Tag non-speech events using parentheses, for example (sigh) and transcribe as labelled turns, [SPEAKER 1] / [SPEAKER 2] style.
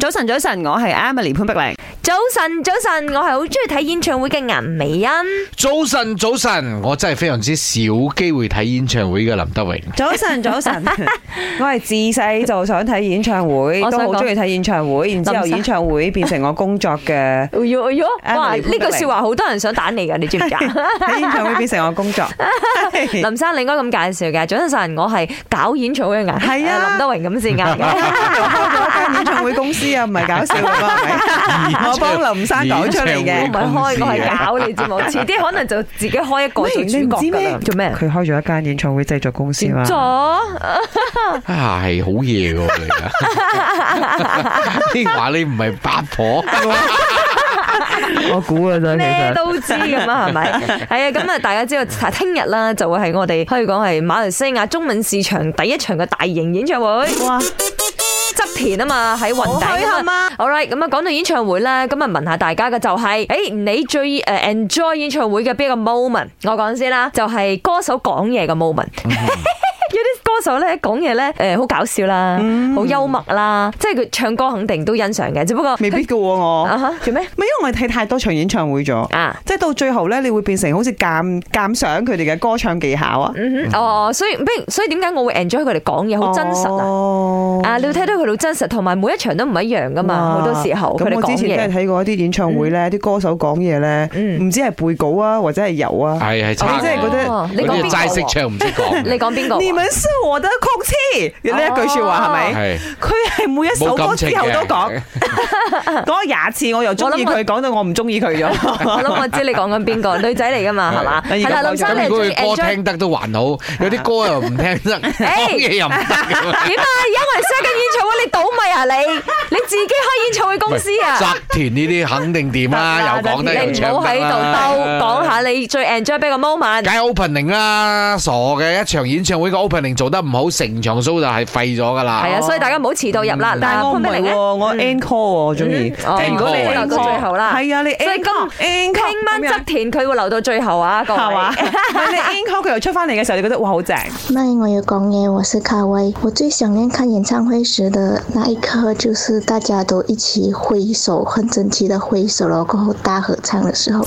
[SPEAKER 1] 早晨，早晨，我係 Emily 潘碧玲。
[SPEAKER 2] 早晨，早晨，我係好中意睇演唱會嘅顏美欣。
[SPEAKER 3] 早晨，早晨，我真係非常之少機會睇演唱會嘅林德
[SPEAKER 2] (laughs)
[SPEAKER 3] 榮。
[SPEAKER 1] 早晨，早 (laughs) 晨，
[SPEAKER 4] 我係自細就想睇演唱會，
[SPEAKER 2] 我
[SPEAKER 4] 都
[SPEAKER 2] 想
[SPEAKER 4] 好中意睇演唱會，然之後
[SPEAKER 2] 林生，
[SPEAKER 4] 演唱會變成我工作嘅
[SPEAKER 1] (laughs)
[SPEAKER 2] 哎呦哎呦，
[SPEAKER 4] Emily
[SPEAKER 2] 哇！
[SPEAKER 4] 潘
[SPEAKER 2] 呢
[SPEAKER 4] 碧
[SPEAKER 2] 句
[SPEAKER 4] 玲
[SPEAKER 2] 說話好多人想打你噶，你知 (laughs) 唔知啊？
[SPEAKER 4] 睇演唱會變成我
[SPEAKER 1] (laughs)
[SPEAKER 4] 工作。
[SPEAKER 2] 林生，你應該咁介紹嘅。早晨，我係搞演唱會嘅顏，
[SPEAKER 4] 係啊
[SPEAKER 2] 誒林德榮咁先 (laughs) 啱嘅。
[SPEAKER 4] 間演唱會公司啊，唔係搞笑㗎嘛，係 (laughs) 咪我幫林生講出嚟
[SPEAKER 2] 我唔
[SPEAKER 4] 嘅
[SPEAKER 3] 演唱。
[SPEAKER 2] 係開，我
[SPEAKER 3] 公司
[SPEAKER 2] 係
[SPEAKER 3] 啊
[SPEAKER 2] 搞，你知冇？遲啲可能就自己開一個做主角噶啦。做咩？
[SPEAKER 4] 佢開咗一間演唱會製作公司嘛。
[SPEAKER 2] 咗
[SPEAKER 3] 啊，係好嘢㗎喎你
[SPEAKER 2] (laughs)
[SPEAKER 3] 啊！你話你唔係八婆，
[SPEAKER 4] 我估嘅啫，其
[SPEAKER 2] 咩
[SPEAKER 4] 實。
[SPEAKER 2] 都知咁啊，係咪？係啊，咁啊，大家知道，聽日啦就會係我哋可以講係馬來西亞中文市場第一場嘅大型演唱會。
[SPEAKER 4] 哇！
[SPEAKER 2] 側田啊嘛，喺雲頂
[SPEAKER 4] 好開心啊
[SPEAKER 2] 好 right，咁啊講到演唱會咧，咁啊問下大家嘅就係、誒、你最誒 enjoy 演唱會嘅邊一個 moment？我講先啦，就係、歌手講嘢嘅 moment。有 (laughs) 啲歌手咧講嘢咧，誒好搞笑啦，
[SPEAKER 4] 嗯
[SPEAKER 2] 好幽默啦，即係佢唱歌肯定都欣賞嘅，只不過
[SPEAKER 4] 未必嘅喎
[SPEAKER 2] 啊
[SPEAKER 4] 我，
[SPEAKER 2] 哈
[SPEAKER 1] Uh-huh
[SPEAKER 2] 做咩
[SPEAKER 4] 咪因為我睇太多場演唱會咗，
[SPEAKER 2] 啊？
[SPEAKER 4] 即係到最後咧，你會變成好似鑑鑑賞佢哋嘅歌唱技巧啊，
[SPEAKER 2] 嗯哼哦，所以不如所以點解我會 enjoy 佢哋講嘢好真實啊？
[SPEAKER 4] 哦
[SPEAKER 2] 啊，你會睇到佢哋好真實，同埋每一場都唔一樣噶嘛，
[SPEAKER 4] 哇
[SPEAKER 2] 好多時候佢
[SPEAKER 4] 咁
[SPEAKER 2] 哋
[SPEAKER 4] 我
[SPEAKER 2] 講
[SPEAKER 4] 之前
[SPEAKER 2] 嘢
[SPEAKER 4] 都。係睇過一啲演唱會咧，啲歌手講嘢咧，
[SPEAKER 2] 嗯
[SPEAKER 4] 唔知係背稿啊，或者係油啊。
[SPEAKER 3] 係係差
[SPEAKER 4] 我真係覺
[SPEAKER 3] 嘅。
[SPEAKER 4] 得
[SPEAKER 2] 哦你
[SPEAKER 3] 嗰
[SPEAKER 2] 講
[SPEAKER 3] 啲
[SPEAKER 2] 邊
[SPEAKER 3] 係
[SPEAKER 2] 個
[SPEAKER 3] 齋識
[SPEAKER 2] 喎？
[SPEAKER 3] 唱唔識講
[SPEAKER 2] (laughs) 你
[SPEAKER 3] 嘅，
[SPEAKER 2] 講邊個
[SPEAKER 4] (laughs)
[SPEAKER 2] 喎？
[SPEAKER 4] 你們是我的空氣呢一句説
[SPEAKER 2] 哦
[SPEAKER 4] 話係咪？
[SPEAKER 3] 係
[SPEAKER 4] 佢係每一首
[SPEAKER 3] 冇
[SPEAKER 4] 歌
[SPEAKER 3] 感情
[SPEAKER 4] 之後都講
[SPEAKER 3] 嘅。，
[SPEAKER 4] (laughs) 講廿次我又中意
[SPEAKER 2] 我
[SPEAKER 4] 佢，講到我唔中意佢
[SPEAKER 2] (laughs)
[SPEAKER 4] 咗。
[SPEAKER 2] 我諗我知你講緊邊個，女仔嚟噶嘛，係嘛？
[SPEAKER 4] 係
[SPEAKER 2] 係啦，林生
[SPEAKER 3] 咁
[SPEAKER 2] 你
[SPEAKER 3] 如果
[SPEAKER 2] 最
[SPEAKER 3] 佢
[SPEAKER 2] enjoy
[SPEAKER 3] 歌聽得都還好，有啲歌又唔聽
[SPEAKER 2] (laughs)
[SPEAKER 3] (laughs) 得，講嘢又唔得嘅喎。
[SPEAKER 2] 點啊？而家我哋 set 緊演唱會，你倒咪
[SPEAKER 4] (laughs)
[SPEAKER 2] 啊你？你自己開演唱會公司啊？
[SPEAKER 3] 澤田呢啲肯定掂啊啦，又
[SPEAKER 4] 得啦
[SPEAKER 3] 講得又
[SPEAKER 2] 你唔
[SPEAKER 3] 唱
[SPEAKER 2] 好
[SPEAKER 3] 得
[SPEAKER 2] 喺度
[SPEAKER 4] 啊
[SPEAKER 2] 兜
[SPEAKER 3] 啦
[SPEAKER 2] 講下你最 enjoy 邊個 moment
[SPEAKER 3] 梗。係 opening 啦，傻嘅一場演唱會個 opening 做得唔好，成場 show 就係廢咗噶啦。
[SPEAKER 2] 係啊，所以大家唔好遲到入啦。
[SPEAKER 4] 嗯但係我唔
[SPEAKER 2] 潘碧
[SPEAKER 4] 係
[SPEAKER 2] 玲
[SPEAKER 4] 喎，
[SPEAKER 2] 咧，
[SPEAKER 4] 我 encore 喎，我中意。
[SPEAKER 2] 嗯
[SPEAKER 4] 即係如果你
[SPEAKER 3] 哦
[SPEAKER 4] encore
[SPEAKER 3] 留到最
[SPEAKER 2] 後啦
[SPEAKER 4] 係啊，你
[SPEAKER 2] 所以
[SPEAKER 4] encore
[SPEAKER 2] 今
[SPEAKER 4] encore
[SPEAKER 2] 聽晚
[SPEAKER 4] 咁樣
[SPEAKER 2] 側田佢會留到最後啊，各位。
[SPEAKER 4] 係嘛？
[SPEAKER 2] (laughs)
[SPEAKER 4] 你 encore 佢又出翻嚟嘅時候，你覺得哇好正。
[SPEAKER 5] 那我有公耶，我是卡威。我最想念看演唱会时的那一刻，就是大家都一起挥手，很整齐的挥手，然后过后大合唱的时候。